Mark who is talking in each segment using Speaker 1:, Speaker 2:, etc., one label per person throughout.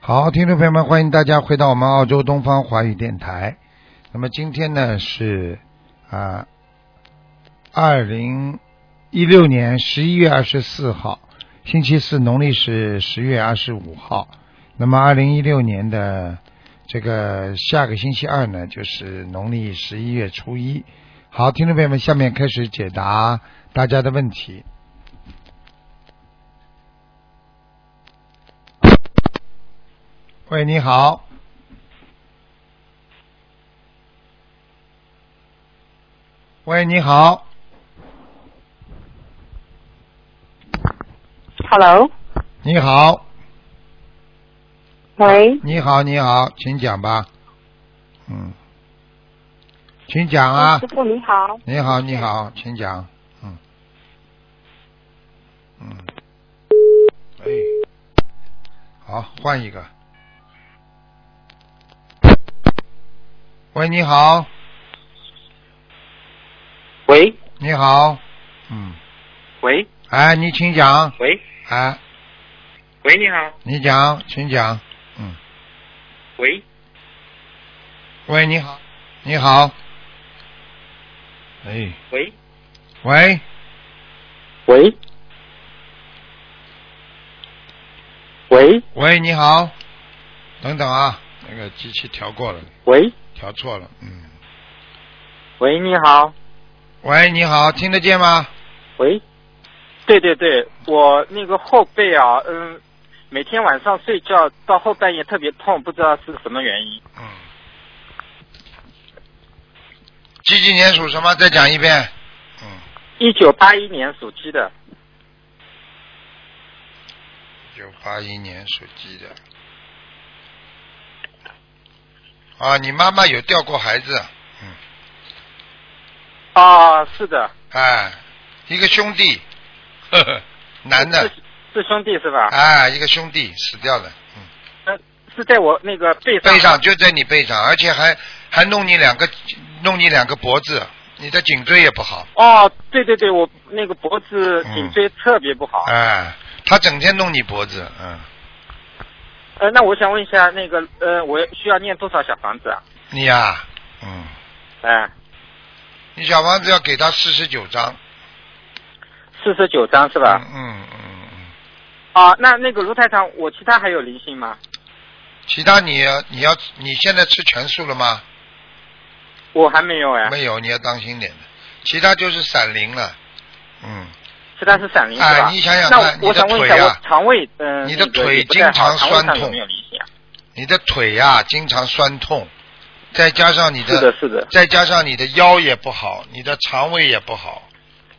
Speaker 1: 好，听众朋友们，欢迎大家回到我们澳洲东方华语电台。那么今天呢是啊，二零一六年十一月二十四号，星期四，农历是十月二十五号。那么二零一六年的这个下个星期二呢，就是农历十一月初一。好，听众朋友们，下面开始解答大家的问题。喂，你好。喂，你好。
Speaker 2: Hello，
Speaker 1: 你好，
Speaker 2: 喂，
Speaker 1: 你好，你好，请讲吧。嗯，请讲啊
Speaker 2: 师。傅你好，
Speaker 1: 你好，你好，请讲。嗯，嗯，哎，好，换一个。喂，你好，
Speaker 3: 喂
Speaker 1: 你好，嗯，
Speaker 3: 喂
Speaker 1: 哎，你请讲，
Speaker 3: 喂
Speaker 1: 哎，
Speaker 3: 喂，你好，
Speaker 1: 你讲，请讲，嗯，
Speaker 3: 喂
Speaker 1: 喂，你好，你好，哎，
Speaker 3: 喂
Speaker 1: 喂，
Speaker 3: 喂喂
Speaker 1: 喂，你好，等等啊，那个机器调过了，
Speaker 3: 喂
Speaker 1: 调错了，嗯，
Speaker 3: 喂，你好，
Speaker 1: 喂，你好，听得见吗？
Speaker 3: 喂，对对对，我那个后背啊，嗯，每天晚上睡觉到后半夜特别痛，不知道是什么原因。
Speaker 1: 嗯，几几年属什么？再讲一遍。嗯，
Speaker 3: 一九八一年属鸡的，
Speaker 1: 一九八一年属鸡的。啊，你妈妈有掉过孩子，
Speaker 3: 啊，是的，
Speaker 1: 哎，一个兄弟， 呵呵，男的
Speaker 3: 是，是兄弟是吧？
Speaker 1: 哎，一个兄弟死掉了，嗯，
Speaker 3: 嗯，是在我那个背上。
Speaker 1: 背上就在你背上，而且还还弄你两个，弄你两个脖子，你的颈椎也不好，
Speaker 3: 哦，对对对，我那个脖子颈椎特别不好。
Speaker 1: 嗯哎，他整天弄你脖子，嗯，
Speaker 3: 呃，那我想问一下，那个呃，我需要念多少小房子啊？
Speaker 1: 你呀、嗯，
Speaker 3: 哎、
Speaker 1: 你小房子要给他四十九张，
Speaker 3: 四十九张是吧？
Speaker 1: 嗯嗯嗯嗯，
Speaker 3: 啊，那那个卢台长，我其他还有灵性吗？
Speaker 1: 其他你你要你现在吃全素了吗？
Speaker 3: 我还没有哎、
Speaker 1: 没有，你要当心点的。其他就是闪灵了，嗯，
Speaker 3: 其他是闪灵是吧？
Speaker 1: 哎你想想
Speaker 3: 那
Speaker 1: 看
Speaker 3: 我我想问一下，
Speaker 1: 你的腿啊
Speaker 3: 我肠胃嗯、呃，
Speaker 1: 你的
Speaker 3: 那个
Speaker 1: 腿
Speaker 3: 也不太
Speaker 1: 经
Speaker 3: 好
Speaker 1: 常酸
Speaker 3: 肠胃上有
Speaker 1: 痛
Speaker 3: 没有灵性啊？
Speaker 1: 你的腿呀、经常酸痛，再加上你
Speaker 3: 是的，是的，
Speaker 1: 再加上你的腰也不好，你的肠胃也不好，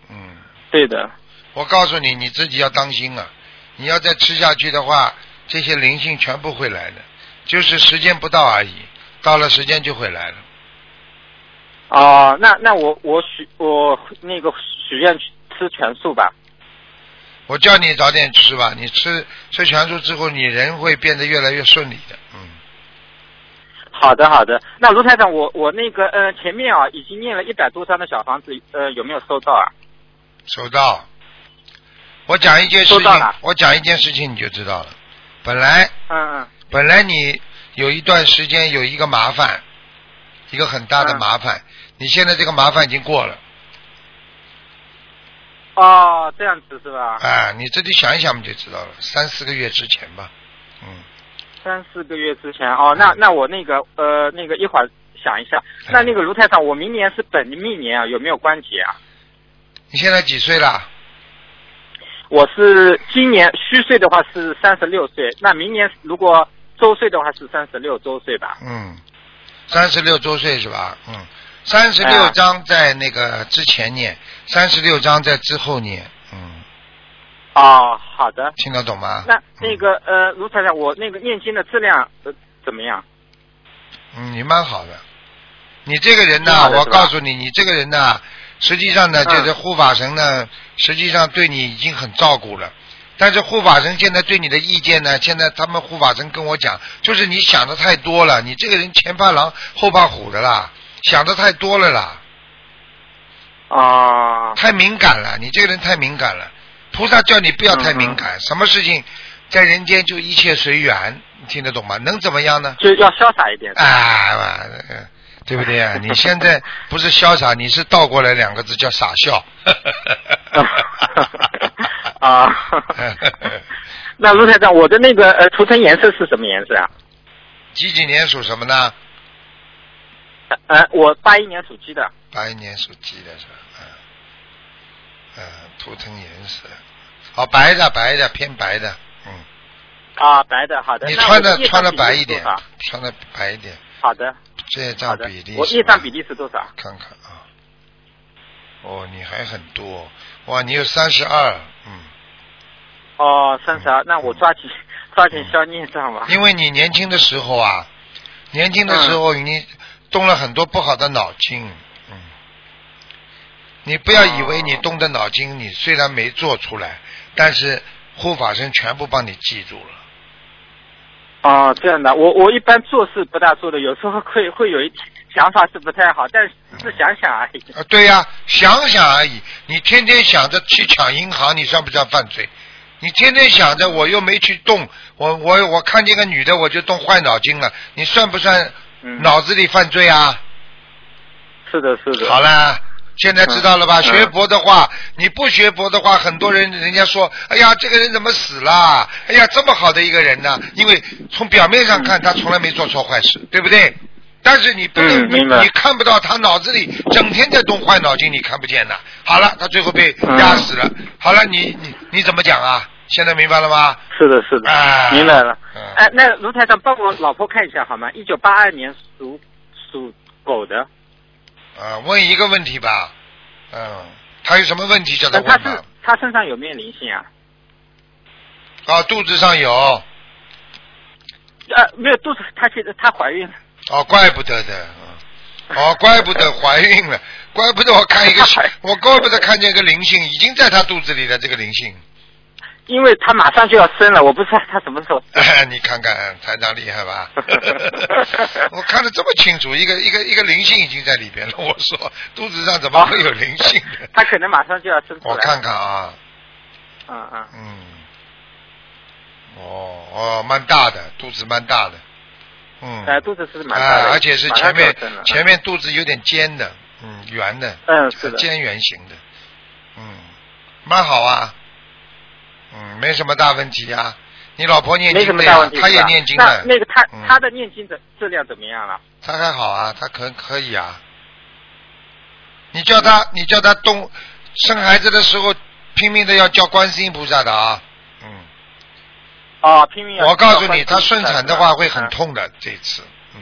Speaker 1: 嗯，
Speaker 3: 对的。
Speaker 1: 我告诉你，你自己要当心啊！你要再吃下去的话，这些灵性全部会来的，就是时间不到而已，到了时间就会来了。
Speaker 3: 哦、那那我我许我那个许愿吃全素吧。
Speaker 1: 我叫你早点吃吧，你吃吃全素之后，你人会变得越来越顺利的，嗯。
Speaker 3: 好的，好的。那卢台长，我我那个呃前面啊已经念了一百多张的小房子，呃有没有收到啊？
Speaker 1: 收到。我讲一件事
Speaker 3: 收到
Speaker 1: 情
Speaker 3: 了，
Speaker 1: 我讲一件事情你就知道了。本来
Speaker 3: 嗯嗯。
Speaker 1: 本来你有一段时间有一个麻烦，一个很大的
Speaker 3: 嗯
Speaker 1: 麻烦，你现在这个麻烦已经过了，
Speaker 3: 哦，这样子是吧？
Speaker 1: 啊，你自己想一想不就知道了，三四个月之前吧，嗯，
Speaker 3: 三四个月之前哦，那那我那个呃那个一会儿想一下，
Speaker 1: 嗯
Speaker 3: 那那个卢太长，我明年是本命年啊，有没有关节啊？
Speaker 1: 你现在几岁了？
Speaker 3: 我是今年虚岁的话是三十六岁，那明年如果周岁的话是三十六周岁吧？
Speaker 1: 嗯，三十六周岁是吧？嗯，三十六
Speaker 3: 啊
Speaker 1: 章在那个之前念，三十六章在之后念，嗯，
Speaker 3: 哦，好的。
Speaker 1: 听得懂吗？
Speaker 3: 那那个呃卢太长，我那个念经的质量、呃、怎么样？
Speaker 1: 嗯，你蛮好的。你这个人
Speaker 3: 挺
Speaker 1: 呢，
Speaker 3: 好的
Speaker 1: 我
Speaker 3: 是吧
Speaker 1: 告诉你，你这个人呢，实际上呢，
Speaker 3: 嗯
Speaker 1: 就是护法神呢，实际上对你已经很照顾了。但是护法神现在对你的意见呢，现在他们护法神跟我讲，就是你想的太多了，你这个人前怕狼后怕虎的啦，想的太多了啦，
Speaker 3: 啊、哦嗯
Speaker 1: 太敏感了，你这个人太敏感了。菩萨叫你不要太敏感，什么事情在人间就一切随缘，你听得懂吗？能怎么样呢？
Speaker 3: 就要潇洒一点。
Speaker 1: 哎，哇呃 对不对啊？你现在不是潇洒，你是倒过来两个字叫傻笑。
Speaker 3: 啊，那卢台长，我的那个呃图腾颜色是什么颜色啊？
Speaker 1: 几几年属什么呢？
Speaker 3: 呃，我八一年属鸡的。
Speaker 1: 八一年属鸡的是吧？嗯，嗯，图腾颜色，哦，白的白的偏白的，嗯，
Speaker 3: 啊，白的，好的。
Speaker 1: 你
Speaker 3: 那
Speaker 1: 穿
Speaker 3: 我
Speaker 1: 的
Speaker 3: 业障
Speaker 1: 穿的
Speaker 3: 比例
Speaker 1: 白
Speaker 3: 是
Speaker 1: 一点
Speaker 3: 多少，
Speaker 1: 穿的白一点，
Speaker 3: 好的，
Speaker 1: 这
Speaker 3: 好
Speaker 1: 张
Speaker 3: 的
Speaker 1: 比例。
Speaker 3: 我业障比例是多少？
Speaker 1: 看看啊，哦，你还很多，哇，你有三十二，嗯，
Speaker 3: 哦，三十二。那我抓紧抓紧消孽障吧。
Speaker 1: 因为你年轻的时候啊，年轻的时候你动了很多不好的脑筋，嗯，你不要以为你动的脑筋，你虽然没做出来，但是护法神全部帮你记住了。
Speaker 3: 哦，这样的，我我一般做事不大做的，有时候会会有一点想法是不太好，但是
Speaker 1: 嗯
Speaker 3: 是想想而已。
Speaker 1: 啊，对呀、想想而已。你天天想着去抢银行，你算不算犯罪？你天天想着我又没去动，我我我看见个女的我就动坏脑筋了，你算不算
Speaker 3: 嗯，
Speaker 1: 脑子里犯罪啊？
Speaker 3: 是的，是的。
Speaker 1: 好啦，现在知道了吧？
Speaker 3: 嗯
Speaker 1: 学佛的话，你不学佛的话，很多人人家说，哎呀，这个人怎么死啦？哎呀，这么好的一个人呢？因为从表面上
Speaker 3: 嗯
Speaker 1: 看，他从来没做错坏事，对不对？但是你不能，
Speaker 3: 嗯明白
Speaker 1: 你看不到他脑子里整天在动坏脑筋，你看不见的。好了，他最后被
Speaker 3: 嗯
Speaker 1: 压死了。好了，你你你怎么讲啊？现在明白了吗？
Speaker 3: 是的，是的，
Speaker 1: 啊
Speaker 3: 明白了。
Speaker 1: 嗯
Speaker 3: 哎、那卢台长帮我老婆看一下好吗？一九八二年属属狗的，
Speaker 1: 啊，问一个问题吧。嗯，他有什么问题叫他
Speaker 3: 但
Speaker 1: 问
Speaker 3: 她
Speaker 1: 吧
Speaker 3: 是。她身上有没有灵性啊？
Speaker 1: 啊，肚子上有。
Speaker 3: 呃，没有，肚子，她现在她怀孕了。
Speaker 1: 哦，怪不得的，嗯哦，怪不得怀孕了， 怪不得我看一 个
Speaker 3: 怀，
Speaker 1: 我怪不得看见一个灵性已经在她肚子里了，这个灵性，
Speaker 3: 因为她马上就要生了，我不知道她什么 时候。
Speaker 1: 你看看台长厉害 吧？ 我看得这么清楚，一个一个一个灵性已经在里边了， 我
Speaker 3: 啊
Speaker 1: 说肚子上怎么会有灵性 的？
Speaker 3: 她可能马上就要生出来。
Speaker 1: 我看。看啊，
Speaker 3: 嗯嗯。
Speaker 1: 嗯，哦哦，蛮大的，肚子蛮大的，嗯，
Speaker 3: 哎、肚子是蛮大的，
Speaker 1: 啊，而且是
Speaker 3: 马上
Speaker 1: 前
Speaker 3: 就要
Speaker 1: 面
Speaker 3: 生了
Speaker 1: 前面肚子有点尖的，嗯，圆的。
Speaker 3: 嗯，是的，
Speaker 1: 尖圆形的，嗯，蛮好啊，嗯，没什么大问题啊。你老婆念
Speaker 3: 没什
Speaker 1: 经
Speaker 3: 么
Speaker 1: 的
Speaker 3: 大
Speaker 1: 呀
Speaker 3: 问题，。
Speaker 1: 她
Speaker 3: 是
Speaker 1: 也
Speaker 3: 吧
Speaker 1: 念经
Speaker 3: 那
Speaker 1: 的，
Speaker 3: 那个她
Speaker 1: 嗯
Speaker 3: 她的念经的质量怎么样了？
Speaker 1: 她还好啊，她可可以啊。你叫她，你叫她动生孩子的时候拼命的要叫观世音菩萨的啊，嗯，
Speaker 3: 哦，拼命要
Speaker 1: 我告诉
Speaker 3: 要
Speaker 1: 你，
Speaker 3: 换
Speaker 1: 她顺产的话会很
Speaker 3: 嗯
Speaker 1: 痛的，这次，嗯，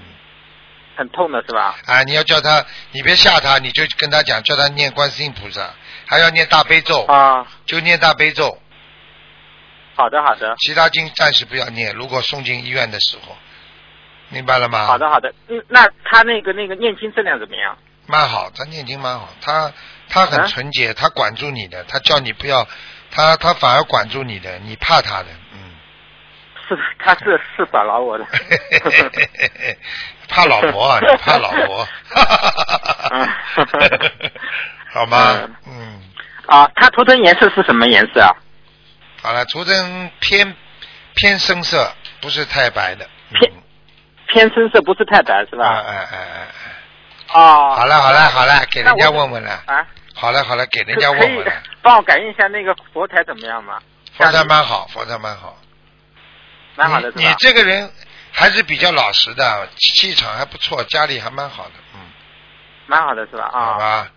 Speaker 3: 很痛的是吧？
Speaker 1: 啊，你要叫她，你别吓她，你就跟她讲，叫她念观世音菩萨，还要念大悲咒，
Speaker 3: 啊，
Speaker 1: 就念大悲咒，
Speaker 3: 好的好的
Speaker 1: 其他经暂时不要念，如果送进医院的时候，明白了吗？
Speaker 3: 好，的好的，嗯，那她那个那个念经质量怎么样？
Speaker 1: 蛮好，他念经蛮好，他他很
Speaker 3: 啊
Speaker 1: 纯洁，他管住你的，他叫你不要，他他反而管住你的，你怕他的，嗯，
Speaker 3: 是的，她是是反劳我 的
Speaker 1: 怕老婆啊，你怕老 婆，好吗？嗯，
Speaker 3: 啊。她图腾颜色是什么颜色啊？
Speaker 1: 好了，图腾偏偏深色，不是太白的，嗯
Speaker 3: 偏偏深色，不是太白是
Speaker 1: 哎
Speaker 3: 吧？
Speaker 1: 哎哎哎，哎
Speaker 3: 哦，
Speaker 1: 好了好了好了，给人
Speaker 3: 那
Speaker 1: 家
Speaker 3: 我
Speaker 1: 问问了。
Speaker 3: 啊，
Speaker 1: 好了好了，给人
Speaker 3: 可
Speaker 1: 家
Speaker 3: 可
Speaker 1: 问
Speaker 3: 以
Speaker 1: 问了。
Speaker 3: 帮我感应一下那个佛台怎么样吗？
Speaker 1: 佛台蛮好，佛台蛮好。
Speaker 3: 蛮好的是
Speaker 1: 你。你
Speaker 3: 吧？
Speaker 1: 这个人还是比较老实的，气场还不错，家里还蛮好的，嗯，
Speaker 3: 蛮好的是吧？
Speaker 1: 好
Speaker 3: 啊，
Speaker 1: 吧，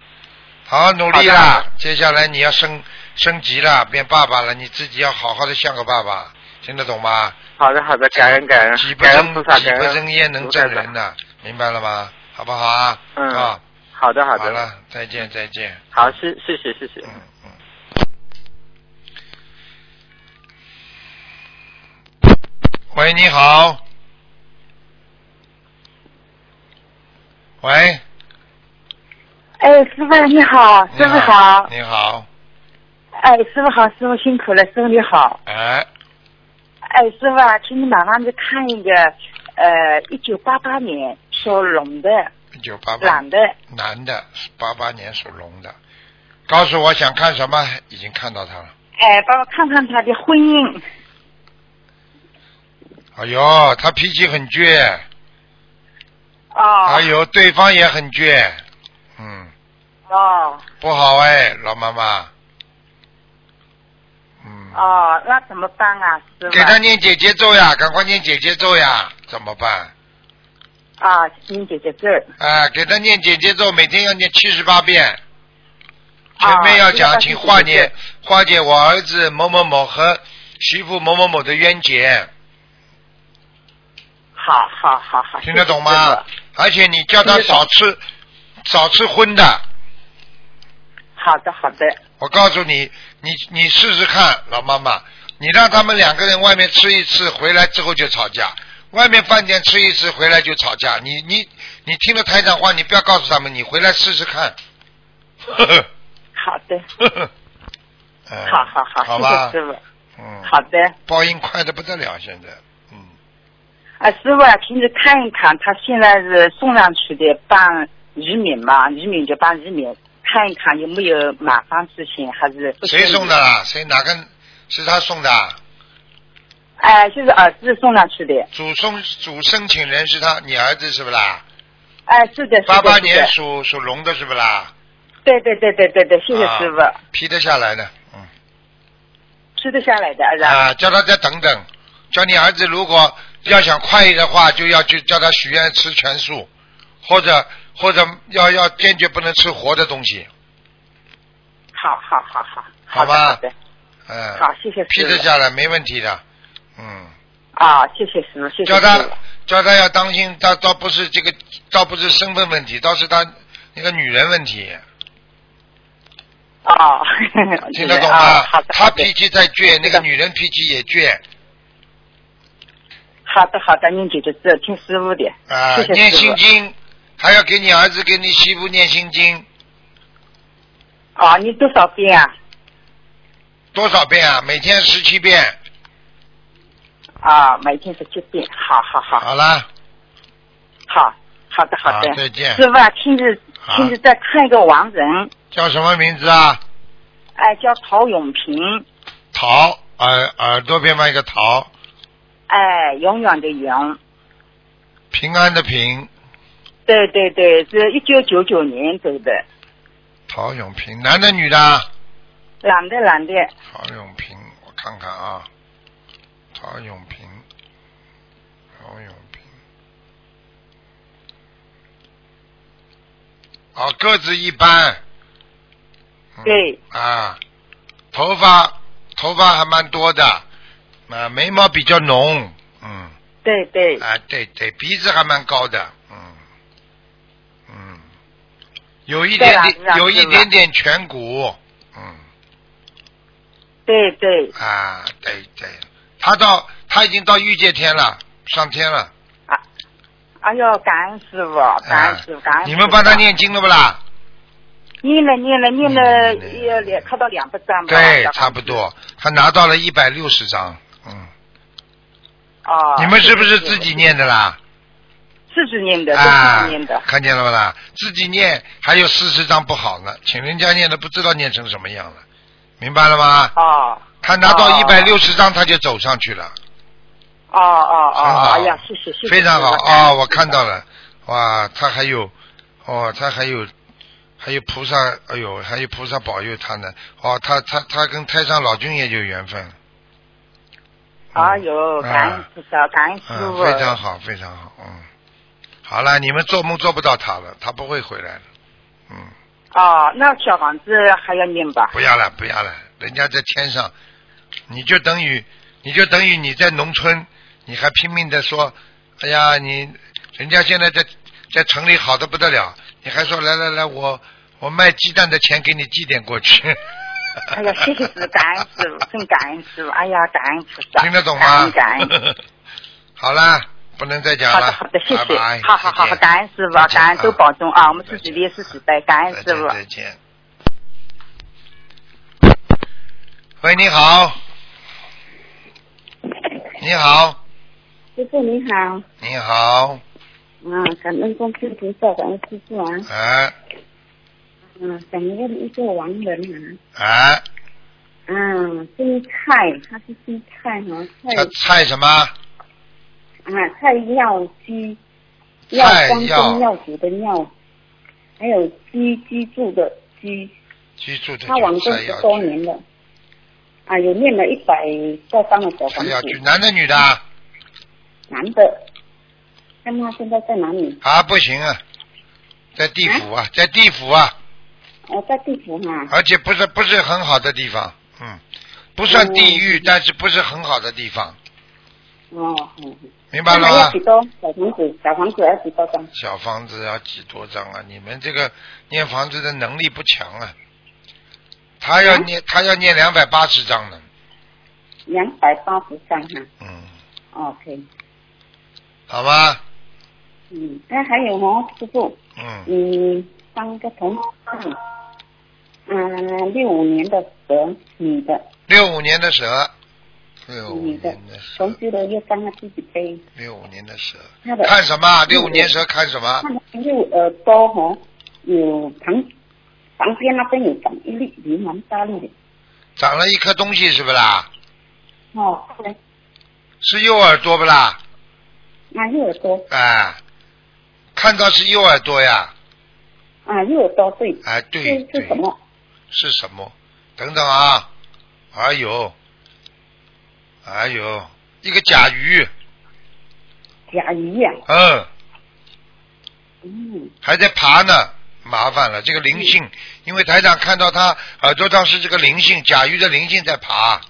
Speaker 1: 好好努力
Speaker 3: 好的好
Speaker 1: 啦。接下来你要升升级了，变爸爸了，你自己要好好的像个爸爸，听得懂吗？
Speaker 3: 好的好的，感恩感恩
Speaker 1: 己，不
Speaker 3: 嗯感恩菩
Speaker 1: 争
Speaker 3: 萨，
Speaker 1: 己
Speaker 3: 感
Speaker 1: 不
Speaker 3: 恩
Speaker 1: 争焉能正人
Speaker 3: 菩萨。
Speaker 1: 呐，明白了吗？好不好啊？
Speaker 3: 嗯
Speaker 1: 啊，
Speaker 3: 好的好
Speaker 1: 好
Speaker 3: 的，
Speaker 1: 了，再见再见。
Speaker 3: 好，谢谢谢谢谢。
Speaker 1: 嗯嗯。喂，你好。喂，
Speaker 2: 哎，师傅你好，师傅
Speaker 1: 你
Speaker 2: 好。啊
Speaker 1: 你好，
Speaker 2: 哎，师傅好，师傅辛苦了，师傅你好。
Speaker 1: 哎，
Speaker 2: 哎，师傅啊，请你麻烦去看一个，呃，一九八八年属龙的
Speaker 1: 一九八八
Speaker 2: 男的，
Speaker 1: 男的，八八年属龙的，告诉我想看什么，已经看到他了。
Speaker 2: 哎，帮我看看他的婚姻。
Speaker 1: 哎呦，他脾气很倔，
Speaker 2: 哦
Speaker 1: 还有对方也很倔，嗯，
Speaker 2: 哦
Speaker 1: 不好哎，老妈妈，嗯，
Speaker 2: 哦，那怎么办啊，师傅？
Speaker 1: 给他念姐姐咒呀，赶快念姐姐咒呀，怎么办？
Speaker 2: 啊，请姐姐这儿
Speaker 1: 啊，给他念姐姐咒，每天要念七十八遍。前面要讲，
Speaker 2: 啊
Speaker 1: 请化
Speaker 2: 这个
Speaker 1: 解化解我儿子某某某和媳妇某某某的冤结，
Speaker 2: 好好好好，
Speaker 1: 听得懂
Speaker 2: 谢谢师
Speaker 1: 吗
Speaker 2: 傅？
Speaker 1: 而且你叫他
Speaker 2: 听得懂
Speaker 1: 少吃少吃荤的，
Speaker 2: 好的好的，
Speaker 1: 我告诉你，你你试试看，老妈妈，你让他们两个人外面吃一次，回来之后就吵架；外面饭店吃一次，回来就吵架。你你你听了台长话，你不要告诉他们，你回来试试 看。 嗯呵呵
Speaker 2: 好的，
Speaker 1: 呵呵，嗯
Speaker 2: 好好好，
Speaker 1: 好吧，
Speaker 2: 谢谢师傅。
Speaker 1: 嗯，
Speaker 2: 好的，
Speaker 1: 报应快的不得了，现在，嗯，
Speaker 2: 啊，师傅啊，请你看一看，他现在是送上去的办移民嘛，移民就办移民，看一看有没有麻烦事情，还是不顺利
Speaker 1: 谁送的？啦？谁哪个？是他送的啊？
Speaker 2: 哎，就是儿子送上去的。
Speaker 1: 主送主申请人是他，你儿子是不啦？
Speaker 2: 哎，是的，是的，
Speaker 1: 八八
Speaker 2: 是的
Speaker 1: 年属属龙的是不啦？
Speaker 2: 对对对对对对，谢谢
Speaker 1: 啊
Speaker 2: 师傅，
Speaker 1: 批得下来的，嗯。
Speaker 2: 吃得下来的，然后
Speaker 1: 啊，叫他再等等，叫你儿子如果要想快一点的话，就要去叫他许愿吃全素，或者或者要要坚决不能吃活的东西，
Speaker 2: 好好好好，
Speaker 1: 好
Speaker 2: 的
Speaker 1: 吧
Speaker 2: 好的，
Speaker 1: 嗯，
Speaker 2: 好，谢谢
Speaker 1: 批
Speaker 2: 师
Speaker 1: 得
Speaker 2: 傅
Speaker 1: 下来没问题的，嗯，
Speaker 2: 啊，谢谢师傅，谢谢
Speaker 1: 叫
Speaker 2: 师
Speaker 1: 他
Speaker 2: 傅，
Speaker 1: 叫他要当心，倒倒不是这个，倒不是身份问题，倒是他那个女人问题，
Speaker 2: 哦，
Speaker 1: 听得懂
Speaker 2: 啊
Speaker 1: 吗
Speaker 2: 好的，？
Speaker 1: 他
Speaker 2: 好的
Speaker 1: 脾气再倔，那
Speaker 2: 知道
Speaker 1: 个女人脾气也倔
Speaker 2: 好的好的，您姐姐这听师傅的，
Speaker 1: 啊，
Speaker 2: 谢谢
Speaker 1: 念
Speaker 2: 师
Speaker 1: 心
Speaker 2: 傅
Speaker 1: 经，还要给你儿子给你媳妇念心经
Speaker 2: 啊，你多少遍啊？
Speaker 1: 多少遍啊？每天十七遍。
Speaker 2: 啊，每天十七遍，好好好，
Speaker 1: 好啦，
Speaker 2: 好好的好的，
Speaker 1: 再见
Speaker 2: 师。傅啊，亲自
Speaker 1: 好
Speaker 2: 亲自再看一个亡人，
Speaker 1: 叫什么名字啊？
Speaker 2: 哎，叫陶永平，
Speaker 1: 陶，耳耳朵边旁一个陶，
Speaker 2: 哎，永远的永。
Speaker 1: 平安的平，
Speaker 2: 对对对，是一九九九年走的，
Speaker 1: 陶永平，男的女的啊？
Speaker 2: 男的男的，
Speaker 1: 陶永平，我看看啊，陶永平，陶永平，哦，个子一般，嗯
Speaker 2: 对
Speaker 1: 啊，头发头发还蛮多的，啊，眉毛比较浓，嗯，
Speaker 2: 对对，
Speaker 1: 啊，对对，鼻子还蛮高的，嗯嗯，有一
Speaker 2: 对
Speaker 1: 点
Speaker 2: 啦是
Speaker 1: 点，
Speaker 2: 啦
Speaker 1: 有一
Speaker 2: 是啦
Speaker 1: 点点颧骨，嗯
Speaker 2: 对对
Speaker 1: 啊，对对，他到他已经到御界天了，上天了，
Speaker 2: 啊！哎呦，感恩师傅，感恩
Speaker 1: 啊
Speaker 2: 师傅，感恩师，嗯傅。
Speaker 1: 你们帮他念经了不啦？
Speaker 2: 念了念了念了，
Speaker 1: 嗯
Speaker 2: 要两看到两百张吧，
Speaker 1: 对
Speaker 2: 大，概
Speaker 1: 差不。多，他拿到了一百六十张，嗯，
Speaker 2: 哦，
Speaker 1: 你们是不是自己念的啦？
Speaker 2: 自己念的，都自
Speaker 1: 啊
Speaker 2: 己念的，，
Speaker 1: 看见了不啦？自己念还有四十张不好呢，请人家念的不知道念成什么样了，明白了吗？
Speaker 2: 哦。
Speaker 1: 他拿到一
Speaker 2: 哦
Speaker 1: 百六十张，他就走上去了，
Speaker 2: 哦哦哦
Speaker 1: 很好，
Speaker 2: 哎呀，谢谢谢谢，
Speaker 1: 非常好
Speaker 2: 师傅感
Speaker 1: 啊、
Speaker 2: 恩
Speaker 1: 我看到
Speaker 2: 师
Speaker 1: 了，哇，他还有，哦，他还有，还有菩萨，哎呦，还有菩萨保佑他呢。哦，他他他跟太上老君也有缘分。
Speaker 2: 傅。哎呦，感恩师傅，感恩师
Speaker 1: 啊嗯，
Speaker 2: 傅，
Speaker 1: 非常好，非常好，嗯。好了，你们做梦做不到他了，他不会回来了。嗯，
Speaker 2: 哦，那小房子还要念吧？
Speaker 1: 不要了，不要了，人家在天上，你就等于，你就等于你在农村，你还拼命的说，哎呀，你人家现在在在城里好的不得了，你还说来来来，我我卖鸡蛋的钱给你寄点过去。
Speaker 2: 哎呀，谢谢师傅，感恩师傅，真感恩师傅，哎呀，感恩菩萨，
Speaker 1: 听得懂
Speaker 2: 感
Speaker 1: 吗
Speaker 2: 恩感恩。？
Speaker 1: 好啦，不能再讲
Speaker 2: 好的
Speaker 1: 了。
Speaker 2: 好的，谢
Speaker 1: 拜
Speaker 2: 谢
Speaker 1: 拜，
Speaker 2: 好好好
Speaker 1: 再
Speaker 2: 好，
Speaker 1: 见
Speaker 2: 感恩师傅
Speaker 1: 再，见
Speaker 2: 感恩都保重啊，我们自己
Speaker 1: 再见
Speaker 2: 也是慈悲，感恩
Speaker 1: 再
Speaker 2: 师
Speaker 1: 见
Speaker 2: 傅。
Speaker 1: 再见。喂，你好。你好，
Speaker 4: 师傅你好，
Speaker 1: 你好，
Speaker 4: 啊，感恩观世菩萨，感恩师傅啊，
Speaker 1: 哎
Speaker 4: 嗯，想问一个亡人
Speaker 1: 哎，
Speaker 4: 啊，啊，姓蔡，他是姓蔡哈、啊，
Speaker 1: 叫
Speaker 4: 蔡
Speaker 1: 蔡什么？
Speaker 4: 啊，菜药鸡，药
Speaker 1: 菜
Speaker 4: 光
Speaker 1: 药
Speaker 4: 宗耀祖的药，还有鸡居住的居，
Speaker 1: 记住的
Speaker 4: 他往
Speaker 1: 就
Speaker 4: 生
Speaker 1: 是
Speaker 4: 十
Speaker 1: 要
Speaker 4: 多
Speaker 1: 去，
Speaker 4: 年了，啊，有念了一百多张的小
Speaker 1: 才
Speaker 4: 房
Speaker 1: 要去，
Speaker 4: 子，
Speaker 1: 男的女的啊？
Speaker 4: 男的，那么他现在在哪里？
Speaker 1: 啊，不行啊，在地府啊，在地府啊，
Speaker 4: 哦，在地府哈、
Speaker 1: 而且不是不是很好的地方，嗯，不算地狱，
Speaker 4: 嗯
Speaker 1: 但是不是很好的地方，
Speaker 4: 哦，嗯
Speaker 1: 明白
Speaker 4: 那
Speaker 1: 了啊
Speaker 4: 还要
Speaker 1: 吗
Speaker 4: 几？多小房子？小房子要几多张？
Speaker 1: 小房子要几多张啊？你们这个念房子的能力不强啊，他要
Speaker 4: 嗯
Speaker 1: 念他要念两百八十张呢，
Speaker 4: 两百八十张哈、
Speaker 1: 嗯，
Speaker 4: OK，
Speaker 1: 好吗？
Speaker 4: 嗯，那还有哦，师傅，
Speaker 1: 嗯，
Speaker 4: 嗯，帮个同事，嗯，六五年的蛇，女的，
Speaker 1: 六五年的蛇，六五
Speaker 4: 女的
Speaker 1: 年的，蛇
Speaker 4: 同，居的又帮他自己背，
Speaker 1: 六五年的蛇，
Speaker 4: 他的
Speaker 1: 看什么啊？六
Speaker 4: 六
Speaker 1: 五
Speaker 4: 五
Speaker 1: 年蛇看什么
Speaker 4: 他？的右耳朵哦，有旁旁边那边有长一粒瘤蛮大粒的，
Speaker 1: 长了一颗东西是不啦？
Speaker 4: 哦，对，
Speaker 1: 是右耳朵不啦？
Speaker 4: 啊右耳朵，
Speaker 1: 啊，看到是右耳朵呀，
Speaker 4: 啊右耳朵对，
Speaker 1: 哎，
Speaker 4: 这
Speaker 1: 对
Speaker 4: 是
Speaker 1: 对，
Speaker 4: 什么？
Speaker 1: 是什么？等等啊，哎呦，哎呦，一个甲鱼，
Speaker 4: 甲鱼呀、
Speaker 1: 嗯，
Speaker 4: 嗯，
Speaker 1: 还在爬呢，麻烦了，这个灵性，因为台长看到他耳朵上是这个灵性，甲鱼的灵性在爬，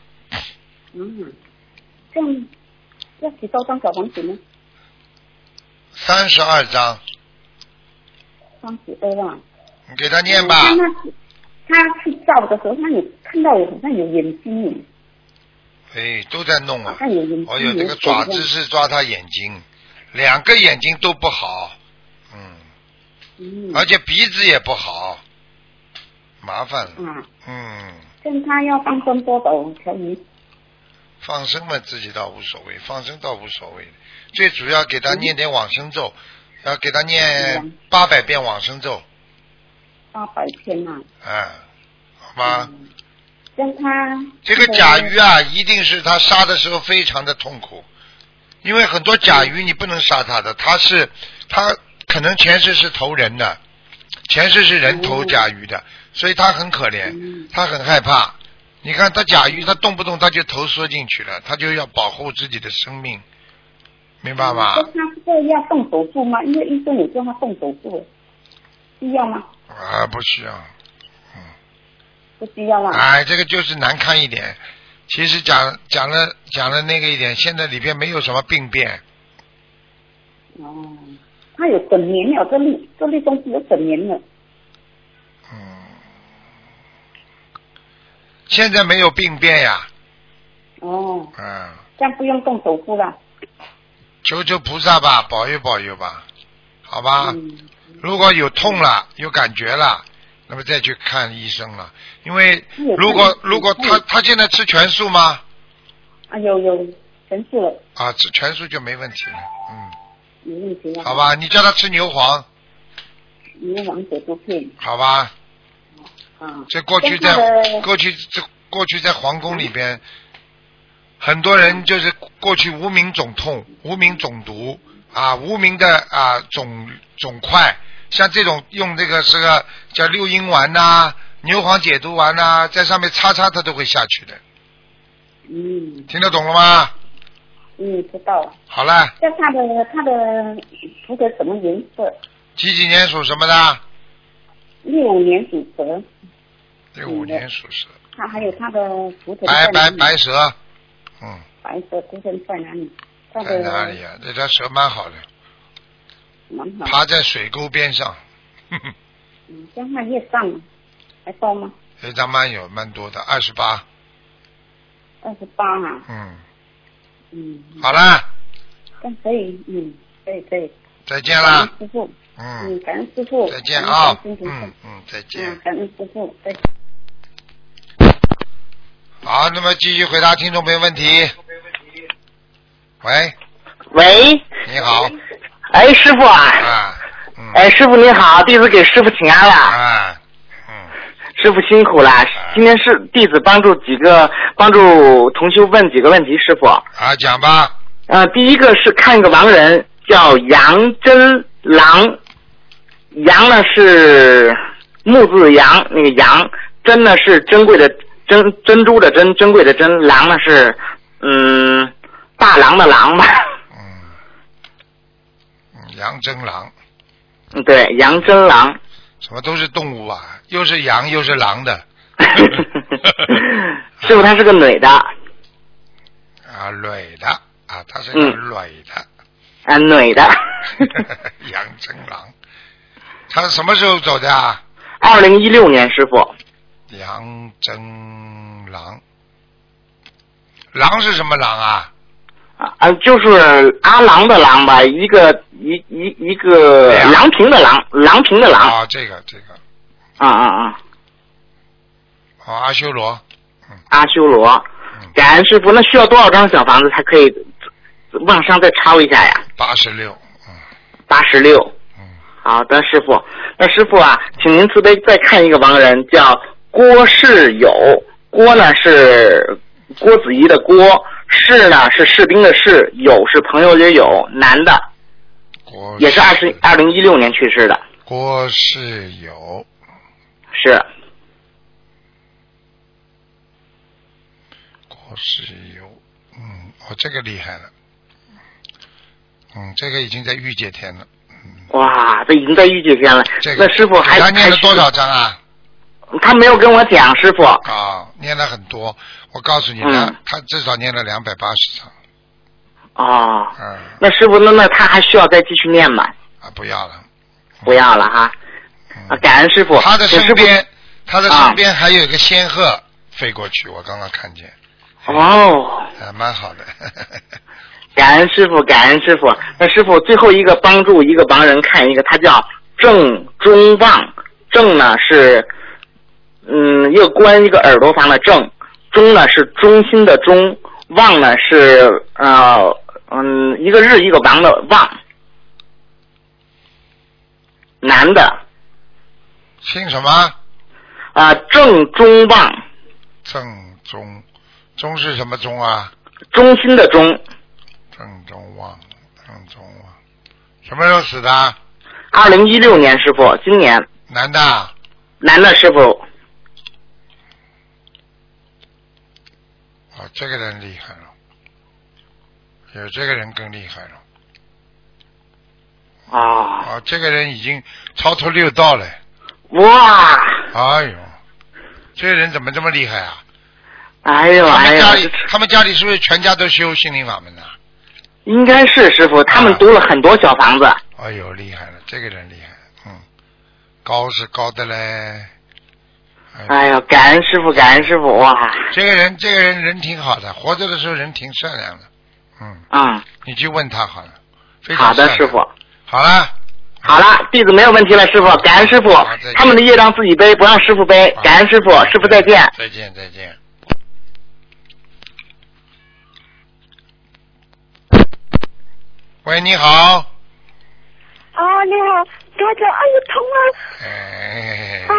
Speaker 4: 嗯，这样要几多张小房子呢？
Speaker 1: 三十二章，
Speaker 4: 三十二万。
Speaker 1: 你给他念吧，
Speaker 4: 那他他去照的时候，他有看到我好像有眼睛耶，
Speaker 1: 哎，都在弄
Speaker 4: 好
Speaker 1: 啊，
Speaker 4: 像有眼睛。
Speaker 1: 哎呦，这个爪子是抓他眼睛，两个眼睛都不好，嗯。
Speaker 4: 嗯，
Speaker 1: 而且鼻子也不好，麻烦了。
Speaker 4: 啊，
Speaker 1: 嗯，
Speaker 4: 跟他要放生多少条鱼？
Speaker 1: 放生嘛，自己倒无所谓，放生倒无所谓。最主要给他念点往生咒，要给他念
Speaker 4: 嗯
Speaker 1: 八百遍往生咒，
Speaker 4: 八百天呐、
Speaker 1: 啊，好吗？
Speaker 4: 嗯跟他
Speaker 1: 啊这个甲鱼啊，一定是他杀的时候非常的痛苦，因为很多甲
Speaker 4: 嗯
Speaker 1: 鱼你不能杀它的，它是它可能前世是投人的，前世是人头
Speaker 4: 嗯
Speaker 1: 甲鱼的，所以它很可怜。
Speaker 4: 嗯
Speaker 1: 他很害怕。你看他甲鱼，他动不动他就头缩进去了，他就要保护自己的生命，明白吗？
Speaker 4: 跟他这个要动手术吗？因为医生有叫他动手术，需要吗？
Speaker 1: 啊，不需要。
Speaker 4: 不需要啊啦。
Speaker 1: 哎，这个就是难看一点。其实讲讲了讲了那个一点，现在里边没有什么病变，
Speaker 4: 哦，他有整年了，这粒这粒东西有整年了。
Speaker 1: 嗯，现在没有病变呀，
Speaker 4: 哦，
Speaker 1: 嗯，
Speaker 4: 这样不用动手术啦。
Speaker 1: 求求菩萨吧，保佑保佑吧，好吧。
Speaker 4: 嗯
Speaker 1: 如果有痛了，有感觉了，那么再去看医生了。因为
Speaker 4: 那也
Speaker 1: 如果
Speaker 4: 可以
Speaker 1: 如果他
Speaker 4: 嗯
Speaker 1: 他现在吃全素吗？
Speaker 4: 啊，有有，全是了，
Speaker 1: 啊，吃全素就没问题了。嗯，
Speaker 4: 没问题了。啊
Speaker 1: 好，吧，你叫他吃牛黄，
Speaker 4: 因为王者不骗
Speaker 1: 好吧？
Speaker 4: 啊。
Speaker 1: 这过去
Speaker 4: 但他
Speaker 1: 在
Speaker 4: 的
Speaker 1: 过去这过去在皇宫里边，很多人就是过去无名肿痛、无名肿毒啊、无名的啊肿肿块，像这种用这个是个叫六阴丸呐、牛黄解毒丸呐、在上面擦擦它都会下去的。
Speaker 4: 嗯
Speaker 1: 听得懂了吗？
Speaker 4: 嗯，知道了。
Speaker 1: 好了，
Speaker 4: 那他的他的图的什么颜色？
Speaker 1: 几几年属什么的？
Speaker 4: 六五年属蛇，
Speaker 1: 六五年属蛇，
Speaker 4: 他还有他的图腾
Speaker 1: 白
Speaker 4: 在哪
Speaker 1: 白
Speaker 4: 里
Speaker 1: 白蛇，嗯，
Speaker 4: 白色图腾在哪里？他
Speaker 1: 在
Speaker 4: 的
Speaker 1: 哪里啊？这条蛇蛮好的，
Speaker 4: 蛮好。
Speaker 1: 爬在水沟边上，
Speaker 4: 嗯，像他业障还高吗？
Speaker 1: 这张蛮有蛮多的，二十八，
Speaker 4: 二十八啊，
Speaker 1: 嗯，
Speaker 4: 嗯，
Speaker 1: 好啦，
Speaker 4: 但可以，嗯，可以可以。
Speaker 1: 再见
Speaker 4: 感
Speaker 1: 啦
Speaker 4: 恩，师傅，嗯，
Speaker 1: 嗯，
Speaker 4: 感恩师傅，
Speaker 1: 再见
Speaker 4: 感恩
Speaker 1: 啊，
Speaker 4: 观世音菩萨
Speaker 1: 嗯嗯，再
Speaker 4: 嗯，
Speaker 1: 见。
Speaker 4: 感恩师傅，再见。
Speaker 1: 好，那么继续回答听众朋友问题。喂，
Speaker 5: 喂，
Speaker 1: 你好，
Speaker 5: 哎，师傅啊，
Speaker 1: 啊，嗯，
Speaker 5: 哎，师傅您好，弟子给师傅请安了，
Speaker 1: 啊，嗯，
Speaker 5: 师傅辛苦了。今天是弟子帮助几个帮助同修问几个问题，师傅
Speaker 1: 啊，讲吧，
Speaker 5: 呃，第一个是看一个亡人，叫杨真郎，杨呢是木字杨，那个杨，珍呢是珍贵的珍，珍珠的珍，珍贵的珍，郎呢是嗯大郎的郎吧，
Speaker 1: 嗯，嗯羊真狼，
Speaker 5: 嗯 对，杨真郎。
Speaker 1: 什么都是动物啊，又是羊又是狼的
Speaker 5: 师傅，她是个女的，
Speaker 1: 啊，蕊的啊，它是个
Speaker 5: 嗯
Speaker 1: 蕊的，
Speaker 5: 啊，女的，
Speaker 1: 杨真郎，他什么时候走的啊？
Speaker 5: 二零一六年，师傅，
Speaker 1: 杨真郎，狼是什么狼啊？
Speaker 5: 啊，啊就是阿郎的郎吧，一个一一一个
Speaker 1: 对啊
Speaker 5: 郎平的郎，郎平的郎，
Speaker 1: 啊，这个这个，
Speaker 5: 啊啊啊，
Speaker 1: 哦，阿修罗，
Speaker 5: 阿修罗，
Speaker 1: 嗯，
Speaker 5: 感恩师傅，那需要多少张小房子才可以往上再抄一下呀？
Speaker 1: 八十六，嗯
Speaker 5: 八十六，
Speaker 1: 嗯，
Speaker 5: 好的，师傅，那师傅啊，请您慈悲再看一个亡人，叫郭世友，郭呢是郭子仪的郭，士呢是士兵的士，友是朋友的友，男的。
Speaker 1: 哦郭
Speaker 5: 也是二十二零一六年去世的，
Speaker 1: 郭世友，
Speaker 5: 是
Speaker 1: 郭世友，嗯，哦，这个厉害了，嗯，这个已经在御界天了，
Speaker 5: 哇，这已经在御界天了。
Speaker 1: 这个
Speaker 5: 那师傅还
Speaker 1: 给他念了
Speaker 5: 还
Speaker 1: 多少张啊？
Speaker 5: 是他没有跟我讲，师傅
Speaker 1: 啊、念了很多，我告诉你他、
Speaker 5: 嗯
Speaker 1: 他至少念了两百八十张，
Speaker 5: 哦。
Speaker 1: 嗯，
Speaker 5: 那师傅，那那他还需要再继续念吗？
Speaker 1: 啊，不要了，
Speaker 5: 不要了哈，啊，
Speaker 1: 嗯，
Speaker 5: 感恩师傅。
Speaker 1: 他的
Speaker 5: 请
Speaker 1: 身
Speaker 5: 师傅
Speaker 1: 边，他的
Speaker 5: 啊
Speaker 1: 身边还有一个仙鹤飞过去，我刚刚看见，
Speaker 5: 哦，
Speaker 1: 还蛮好的，
Speaker 5: 感恩师傅，感恩师傅。那师傅最后一个帮助一个盲人看一个，他叫郑中旺，郑呢是嗯一个关一个耳朵旁的郑，中呢是中心的中，旺呢是呃嗯一个日一个王的旺，男的
Speaker 1: 姓什么？
Speaker 5: 啊、郑中旺，
Speaker 1: 郑中，中是什么中啊？
Speaker 5: 中心的中，
Speaker 1: 郑中旺，郑中旺，什么时候死的啊？
Speaker 5: 二零一六年师傅，今年
Speaker 1: 男的啊？
Speaker 5: 男的师傅
Speaker 1: 哦，这个人厉害了，有这个人更厉害了。
Speaker 5: 啊、
Speaker 1: 哦，这个人已经超出六道了。
Speaker 5: 哇，
Speaker 1: 哎呦，这个人怎么这么厉害啊？
Speaker 5: 哎呦
Speaker 1: 他
Speaker 5: 哎
Speaker 1: 们
Speaker 5: 呦
Speaker 1: 家。里，他们家里是不是全家都修心灵法门呢？啊
Speaker 5: 应该是师傅，他们读了很多小房子。
Speaker 1: 哎呦，厉害了，这个人厉害，嗯，高是高的嘞。哎，
Speaker 5: 哎呦，感恩师傅，感恩师傅，哇，
Speaker 1: 这个人，这个人人挺好的，活着的时候人挺善良的，嗯，
Speaker 5: 嗯，
Speaker 1: 你去问他好了，非常
Speaker 5: 好的，
Speaker 1: 善
Speaker 5: 师
Speaker 1: 良
Speaker 5: 傅，，
Speaker 1: 好了，
Speaker 5: 好了，弟子没有问题了，师傅，感恩师傅
Speaker 1: 好再见，啊
Speaker 5: 他们的业障自己背，不让师傅背，感恩师傅，
Speaker 1: 好
Speaker 5: 师傅再见。
Speaker 1: 再见，再见。喂，你好。
Speaker 6: 哦，你好，台长，哎呦，疼啊！
Speaker 1: 哎。
Speaker 6: 啊，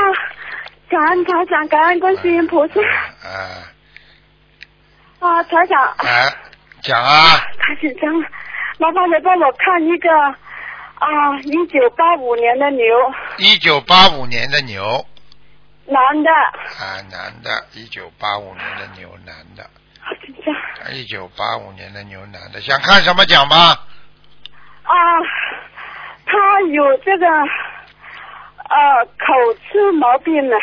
Speaker 6: 感恩台长，感恩观世音菩萨
Speaker 1: 啊
Speaker 6: 啊！台长，
Speaker 1: 啊，讲啊，
Speaker 6: 太紧张了，麻烦你帮我看一个啊，一九八五年的牛，
Speaker 1: 一九八五年的牛
Speaker 6: 男的，
Speaker 1: 啊，男的，一九八五年的牛，男的，
Speaker 6: 好紧张
Speaker 1: 一九八五年的牛，男的，想看什么讲吧？
Speaker 6: 啊！他有这个呃口吃毛病呢，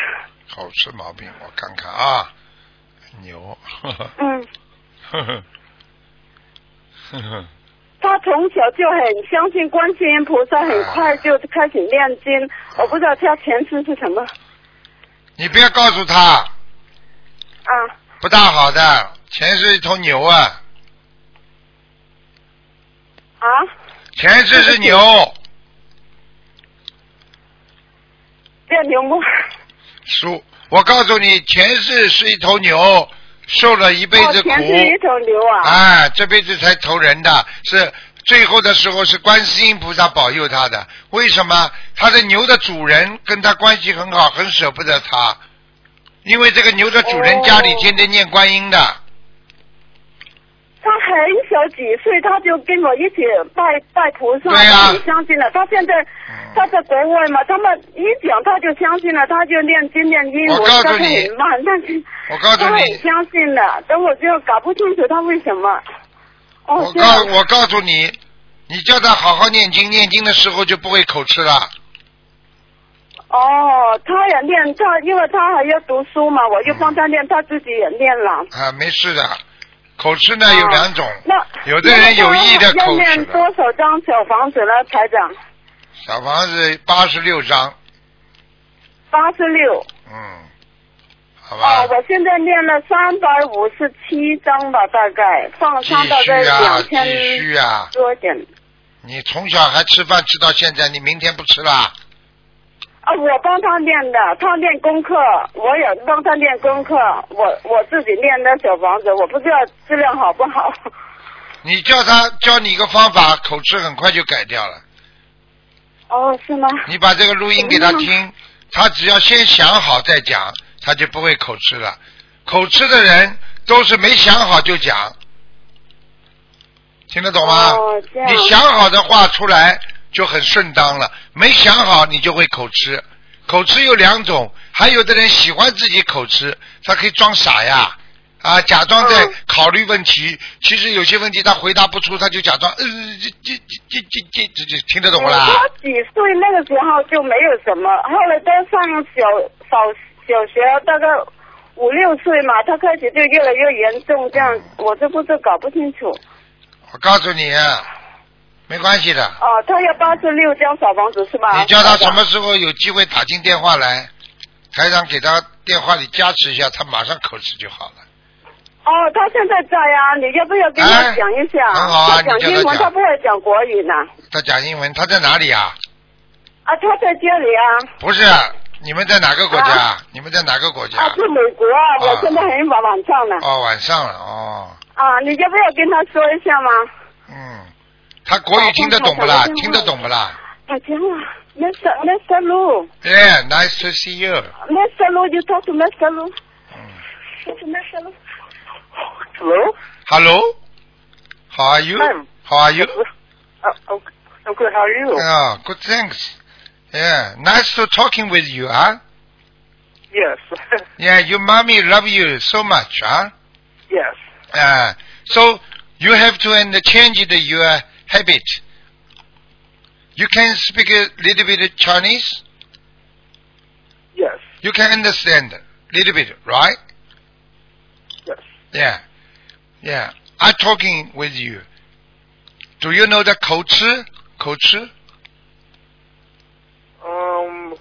Speaker 1: 口吃毛病，我看看啊，牛， 呵呵
Speaker 6: 嗯，
Speaker 1: 呵呵呵呵，
Speaker 6: 他从小就很相信观世音菩萨，很快就开始念经，我不知道他前世是什么
Speaker 1: 你不要告诉他，
Speaker 6: 啊。
Speaker 1: 不大好的，前世一头牛啊，
Speaker 6: 啊，
Speaker 1: 前世是 牛，
Speaker 6: 变牛魔
Speaker 1: 叔，我告诉你，前世是一头牛，受了一辈子
Speaker 6: 哦，
Speaker 1: 苦。
Speaker 6: 前世一头牛啊，
Speaker 1: 啊，这辈子才投人的，是最后的时候是观世音菩萨保佑他的。为什么？他的牛的主人跟他关系很好，很舍不得他，因为这个牛的主人家里
Speaker 6: 哦
Speaker 1: 天天念观音的，
Speaker 6: 他很很小几岁，他就跟我一起拜拜菩萨，
Speaker 1: 对啊哦呀
Speaker 6: 他也相信了。他现在他在国外嘛，他们一讲他就相信了，他就念经念英文
Speaker 1: 我，告
Speaker 6: 但
Speaker 1: 诉
Speaker 6: 是
Speaker 1: 你
Speaker 6: 很慢，但是
Speaker 1: 我告诉
Speaker 6: 他很
Speaker 1: 你，
Speaker 6: 相信了，但我就搞不清楚他为什么。哦，
Speaker 1: 我
Speaker 6: 这样
Speaker 1: 告我告诉你，你叫他好好念经，念经的时候就不会口吃了。
Speaker 6: 哦，他也念，他因为他还要读书嘛，我就帮他念，他自己也念了。
Speaker 1: 啊，没事的，口吃呢有
Speaker 6: 哦
Speaker 1: 两种，
Speaker 6: 那
Speaker 1: 有的人有意的
Speaker 6: 那他
Speaker 1: 口
Speaker 6: 要
Speaker 1: 吃
Speaker 6: 念多
Speaker 1: 的。
Speaker 6: 少张小房子呢，台长？
Speaker 1: 小房子八十六章，
Speaker 6: 八十六。
Speaker 1: 嗯，好吧，
Speaker 6: 哦，我现在念了三百五十七张吧，大概放
Speaker 1: 继
Speaker 6: 上大概
Speaker 1: 续啊，
Speaker 6: 两
Speaker 1: 继
Speaker 6: 千
Speaker 1: 续啊，
Speaker 6: 多一点。
Speaker 1: 你从小还吃饭吃到现在，你明天不吃啦？
Speaker 6: 啊，我帮他念的，他念功课，我也帮他念功课，我我自己念的小房子，我不知道质量好不好。
Speaker 1: 你叫他教你一个方法，口吃很快就改掉了。
Speaker 6: 哦，是吗？
Speaker 1: 你把这个录
Speaker 6: 哦
Speaker 1: 音给他听，他只要先想好再讲，他就不会口吃了。口吃的人都是没想好就讲，听得懂吗？
Speaker 6: 哦，这样。
Speaker 1: 你想好的话出来就很顺当了，没想好你就会口吃。口吃有两种，还有的人喜欢自己口吃，他可以装傻呀，啊，假装在
Speaker 6: 嗯
Speaker 1: 考虑问题，其实有些问题他回答不出，他就假装呃，这这这这这这这，听得懂不啦？
Speaker 6: 他几岁那个时候就没有什么，后来到上小小小学大概五六岁嘛，他开始就越来越严重，这样我就不是搞不清楚。
Speaker 1: 我告诉你，没关系的。
Speaker 6: 哦，他要八十六间小房子是吧？
Speaker 1: 你叫他什么时候有机会打进电话来，台长给他电话里加持一下，他马上口吃就好了。
Speaker 6: 哦，他现在在啊，你要不要跟他讲一下？
Speaker 1: 哎很好啊
Speaker 6: 他讲
Speaker 1: 你叫他
Speaker 6: 英文，
Speaker 1: 讲
Speaker 6: 他不会讲国语呢。
Speaker 1: 他讲英文，他在哪里啊？
Speaker 6: 啊，他在这里啊，
Speaker 1: 不是，你们在哪个国家？
Speaker 6: 啊
Speaker 1: 你们在哪个国家？
Speaker 6: 啊，在美国啊，
Speaker 1: 啊
Speaker 6: 我现在很晚晚上呢。
Speaker 1: 哦，晚上了哦，
Speaker 6: 啊，你要不要跟他说一下嘛？
Speaker 1: 嗯，他国语听得懂不啦
Speaker 6: 打？通
Speaker 1: 听
Speaker 6: 电话
Speaker 1: 得懂不啦？
Speaker 6: 啊，行啊，Mr. Mr. Lu。
Speaker 1: Yeah, nice to see you.
Speaker 6: Mr. Lu, you talk to Mr. Lu.
Speaker 1: 嗯
Speaker 6: Mr. Lu.
Speaker 2: Hello?
Speaker 1: Hello, how are you?
Speaker 2: Hi.
Speaker 1: How are you?
Speaker 6: 啊
Speaker 2: Oh, oh, oh, good. How are you?
Speaker 1: Oh, good, thanks. Yeah, nice to talking with you, huh?
Speaker 2: Yes.
Speaker 1: Yeah, your mommy love you so much, huh?
Speaker 2: yes.
Speaker 1: Uh, so you have to and change the, your habit. You can speak a little bit Chinese.
Speaker 2: Yes.
Speaker 1: You can understand a little bit, right?
Speaker 2: Yes.
Speaker 1: Yeah, yeah. I talking with you. Do you know the culture? Culture?
Speaker 2: Um,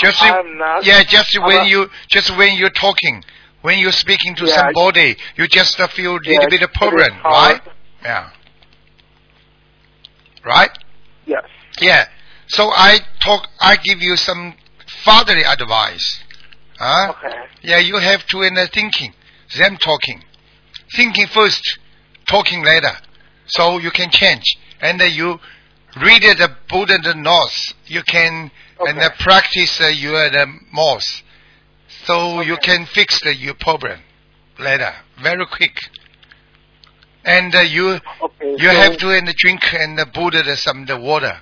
Speaker 1: Just
Speaker 2: I'm not.
Speaker 1: yeah, just
Speaker 2: I'm
Speaker 1: when
Speaker 2: not-
Speaker 1: you just when you're talking, when you're speaking to
Speaker 2: Yeah, I-
Speaker 1: somebody, you just uh, feel a little
Speaker 2: Yes,
Speaker 1: bit of
Speaker 2: it is
Speaker 1: problem, right?
Speaker 2: hard.
Speaker 1: Yeah. Right.
Speaker 2: Yes.
Speaker 1: Yeah. So I talk. I give you some fatherly advice. Huh?
Speaker 2: Okay.
Speaker 1: Yeah, you have to in the thinking, then talking, thinking first, talking later. So you can change, and then you read the Buddha the north. You can and
Speaker 2: Okay.
Speaker 1: then practice uh, your the most. So you
Speaker 2: Okay.
Speaker 1: can fix the, your problem later, very quick. And uh, you
Speaker 2: Okay.
Speaker 1: you
Speaker 2: so,
Speaker 1: have to and drink and uh, Buddha the, some the water.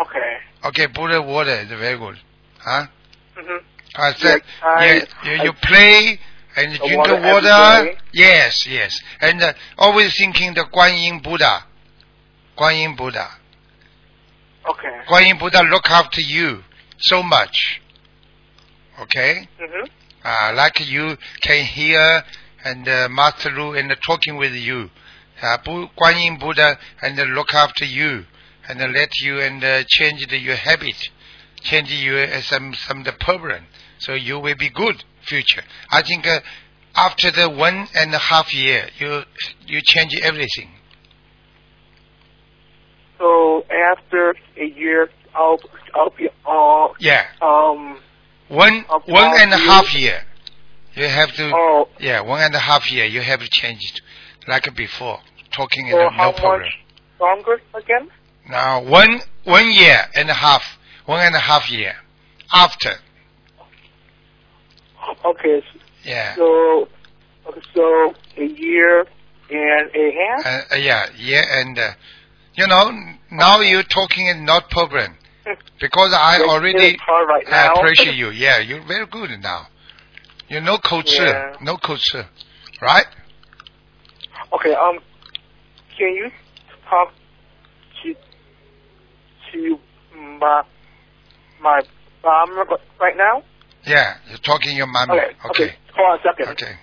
Speaker 2: Okay.
Speaker 1: Okay, Buddha water is very good. Huh?
Speaker 2: Mm-hmm.
Speaker 1: I said,
Speaker 2: Yes, I-
Speaker 1: yeah, you,
Speaker 2: I-
Speaker 1: you play and you
Speaker 2: The
Speaker 1: drink the
Speaker 2: water every
Speaker 1: water.
Speaker 2: day.
Speaker 1: Yes, yes. And uh, always thinking the Guanyin Buddha. Guanyin Buddha.
Speaker 2: Okay.
Speaker 1: Guanyin Buddha look after you so much. Okay?
Speaker 2: Mm-hmm.
Speaker 1: Uh, like you can hear and uh, Master Lu and talking with you. Uh, Bu- Guanyin Buddha and uh, look after you and uh, let you and uh, change the, your habit, change your uh, some some the problem. So you will be good future. I think uh, after the one and a half year, you you change everything.
Speaker 2: So after a year, I'll I'll be all
Speaker 1: Yeah,
Speaker 2: um
Speaker 1: one
Speaker 2: Okay,
Speaker 1: one and a
Speaker 2: you-
Speaker 1: half year. You have to
Speaker 2: oh
Speaker 1: yeah one and a half year. You have to change it like before talking and
Speaker 2: for
Speaker 1: uh,
Speaker 2: how
Speaker 1: no problem.
Speaker 2: much longer again?
Speaker 1: Now one one year and a half, one and a half year after.
Speaker 2: Okay.
Speaker 1: Yeah,
Speaker 2: So so a year
Speaker 7: and a half?
Speaker 1: Uh, uh, yeah, yeah, and uh, you know now you're talking and not problem because I
Speaker 7: Yes,
Speaker 1: already
Speaker 7: it's all right
Speaker 1: I
Speaker 7: now.
Speaker 1: appreciate you. Yeah, you're very good now. You're no coach,
Speaker 7: Yeah.
Speaker 1: no coach, right?
Speaker 7: Okay, um, can you talk to, to my, my mom right now?
Speaker 1: Yeah, you're talking your mommy.
Speaker 7: Okay, okay, hold on a second.
Speaker 1: okay.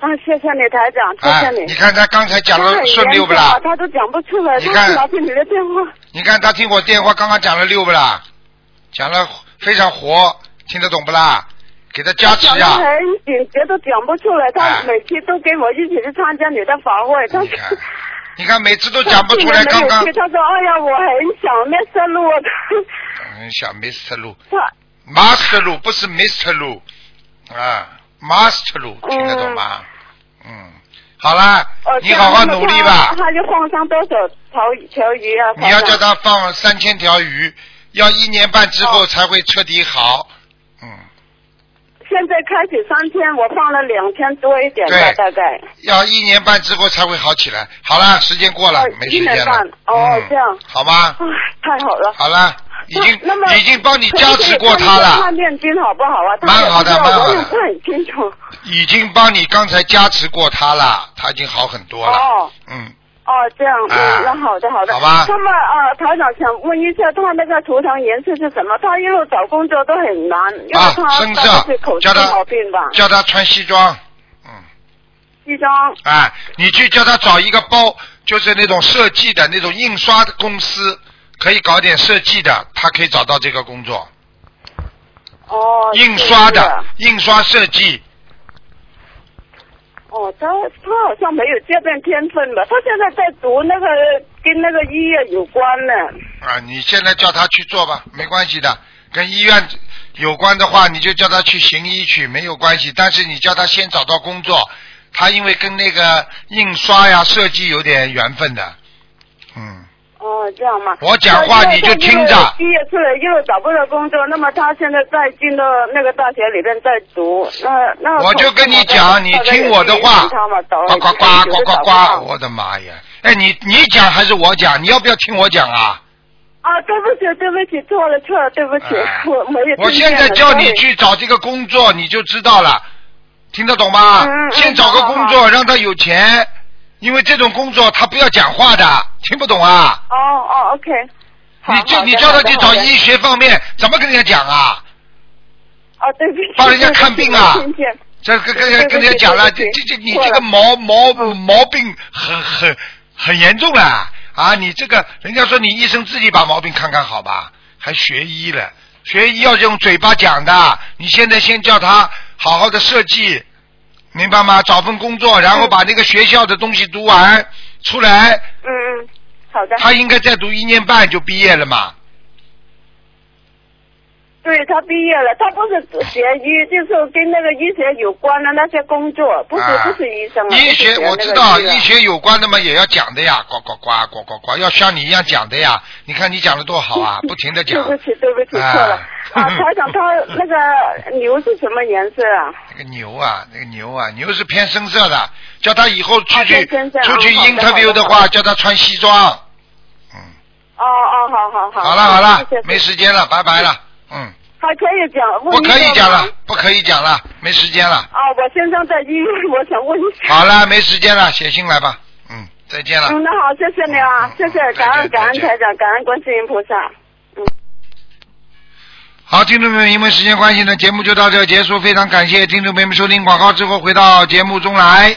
Speaker 6: 啊，谢谢你台长，谢
Speaker 1: 啊
Speaker 6: 谢，你
Speaker 1: 你。看他刚才讲
Speaker 6: 他
Speaker 1: 了
Speaker 6: 很
Speaker 1: 顺
Speaker 6: 严
Speaker 1: 溜不
Speaker 6: 重
Speaker 1: 啦
Speaker 6: 啊？他都讲不出来，
Speaker 1: 你
Speaker 6: 他
Speaker 1: 看
Speaker 6: 是拿着你的电 话。
Speaker 1: 你看他听我电话刚刚讲了六不啦？讲了非常活，听得懂不啦？给他加持
Speaker 6: 讲
Speaker 1: 啊！
Speaker 6: 还一点觉都讲不出来，
Speaker 1: 啊
Speaker 6: 他每天都跟我一起去参加你的法会，他
Speaker 1: 你看，你看每次都讲不出来，
Speaker 6: 他竟
Speaker 1: 刚刚
Speaker 6: 然没有去，他说哎呀，我很想那思路，啊
Speaker 1: 嗯，小 Mr. 路
Speaker 6: 他
Speaker 1: ，Master 路不是 Mr. 路啊，Master 路听得懂吗？嗯，好啦
Speaker 6: 呃，，
Speaker 1: 你好好
Speaker 6: 这样
Speaker 1: 努力吧
Speaker 6: 他，他就放上多少条条鱼啊？
Speaker 1: 你要叫他
Speaker 6: 他
Speaker 1: 放三千条鱼，要一年半之
Speaker 6: 哦
Speaker 1: 后才会彻底好。嗯，
Speaker 6: 现在开始三千，我放了两千多一点吧
Speaker 1: 对，
Speaker 6: 大概。
Speaker 1: 要一年半之后才会好起来。好啦，时间过了
Speaker 6: 哦，
Speaker 1: 没
Speaker 6: 一
Speaker 1: 时
Speaker 6: 年
Speaker 1: 间了
Speaker 6: 半。哦
Speaker 1: 嗯
Speaker 6: 这样
Speaker 1: 好吗
Speaker 6: 唉？，太好了。
Speaker 1: 好了，已经
Speaker 6: 那么
Speaker 1: 已经帮你加持过
Speaker 6: 他
Speaker 1: 他了。
Speaker 6: 念经好不好啊？他
Speaker 1: 蛮好的
Speaker 6: 也不知道
Speaker 1: 蛮好的
Speaker 6: 我也不很清楚。
Speaker 1: 已经帮你刚才加持过他了，他已经好很多了。
Speaker 6: 哦
Speaker 1: 嗯，
Speaker 6: 哦，这样，
Speaker 1: 啊
Speaker 6: 嗯，那好的好的。
Speaker 1: 好吧
Speaker 6: 那么呃，台长想问一下，他那个图腾颜色是什么？他一路找工作都很难，因为
Speaker 1: 啊
Speaker 6: 他，
Speaker 1: 深
Speaker 6: 大概是
Speaker 1: 色
Speaker 6: 口，
Speaker 1: 叫
Speaker 6: 吃
Speaker 1: 他
Speaker 6: 毛病吧。
Speaker 1: 叫他穿西装。嗯，
Speaker 6: 西装
Speaker 1: 啊，你去叫他找一个包，就是那种设计的那种印刷的公司，可以搞点设计的，他可以找到这个工作。
Speaker 6: 哦，
Speaker 1: 印刷
Speaker 6: 是
Speaker 1: 的，印刷设计，
Speaker 6: 哦，他他好像没有这边天分吧？他现在在读那个跟那个医院有关呢。
Speaker 1: 啊，你现在叫他去做吧，没关系的。跟医院有关的话，你就叫他去行医去，没有关系。但是你叫他先找到工作，他因为跟那个印刷呀、设计有点缘分的。嗯，
Speaker 6: 哦，这样吗？
Speaker 1: 我讲话
Speaker 6: 那
Speaker 1: 你就听着
Speaker 6: 那毕业出来又找不到工作，那么他现在在进到那个大学里边在读，那那
Speaker 1: 我就跟你讲，你听我的话，
Speaker 6: 他嘛，找
Speaker 1: 呱呱呱呱呱呱，我的妈呀！哎，你你讲还是我讲？你要不要听我讲啊？
Speaker 6: 啊，对不起，对不起，错了错了，对不起，
Speaker 1: 哎
Speaker 6: 我没有听见。
Speaker 1: 我现在叫你
Speaker 6: sorry
Speaker 1: 去找这个工作，你就知道了，听得懂吗？
Speaker 6: 嗯嗯
Speaker 1: 先找个工
Speaker 6: 好
Speaker 1: 作，让他有钱，因为这种工作他不要讲话的，听不懂啊？
Speaker 6: 哦哦，OK 好。
Speaker 1: 你
Speaker 6: 好
Speaker 1: 就
Speaker 6: 的
Speaker 1: 你叫他去
Speaker 6: 好
Speaker 1: 找
Speaker 6: 的
Speaker 1: 医学方面，怎么跟人家讲啊？
Speaker 6: 哦，对不起，
Speaker 1: 帮人家看病啊
Speaker 6: 对不起没听见
Speaker 1: 这跟跟跟跟人家讲了，这
Speaker 6: 对不
Speaker 1: 这
Speaker 6: 起
Speaker 1: 这你
Speaker 6: 错了
Speaker 1: 这个毛毛毛病很很很严重了啊！你这个人家说你医生自己把毛病看看好吧，还学医了，学医要用嘴巴讲的。你现在先叫他好好的设计，明白吗？找份工作，然后把那个学校的东西读完出来，
Speaker 6: 嗯嗯，好的。
Speaker 1: 他应该再读一年半就毕业了嘛。
Speaker 6: 对他毕业了，他不是学医，就是跟那个医学有关的那些工作，不是、
Speaker 1: 啊
Speaker 6: 不是医生啊。
Speaker 1: 医
Speaker 6: 不是
Speaker 1: 学
Speaker 6: 学那
Speaker 1: 我
Speaker 6: 个
Speaker 1: 知道，
Speaker 6: 医的
Speaker 1: 医学有关的嘛也要讲的呀，呱呱呱呱呱呱，要像你一样讲的呀。你看你讲的多好 啊，不停的讲。
Speaker 6: 对不起，对不起，错
Speaker 1: 啊
Speaker 6: 了。啊，台长，他那个牛是什么颜色啊？
Speaker 1: 那个牛啊，那个牛啊，牛是偏深色的，叫他以后出去
Speaker 6: 啊偏深色
Speaker 1: 出去
Speaker 6: 啊好的
Speaker 1: interview
Speaker 6: 好的
Speaker 1: 话，
Speaker 6: 好的
Speaker 1: 叫他穿西装。嗯，
Speaker 6: 哦哦，好好好。
Speaker 1: 好了好了
Speaker 6: 谢谢，
Speaker 1: 没。时间了，拜拜了。嗯，
Speaker 6: 还可以讲，问
Speaker 1: 不可
Speaker 6: 一
Speaker 1: 以
Speaker 6: 个
Speaker 1: 讲
Speaker 6: 吗
Speaker 1: 了，不可以讲了，没时间了。
Speaker 6: 啊，我先生在医院，我想问一下。
Speaker 1: 好了，没时间了，写信来吧。嗯，再见了。
Speaker 6: 嗯，那好，谢谢你啊，谢谢，感
Speaker 1: 再见
Speaker 6: 恩感
Speaker 1: 再
Speaker 6: 恩
Speaker 1: 见
Speaker 6: 台长，感恩观世音菩萨。
Speaker 1: 好，听众朋友们，因为时间关系呢，节目就到这儿结束。非常感谢听众朋友们收听广告之后回到节目中来。嗯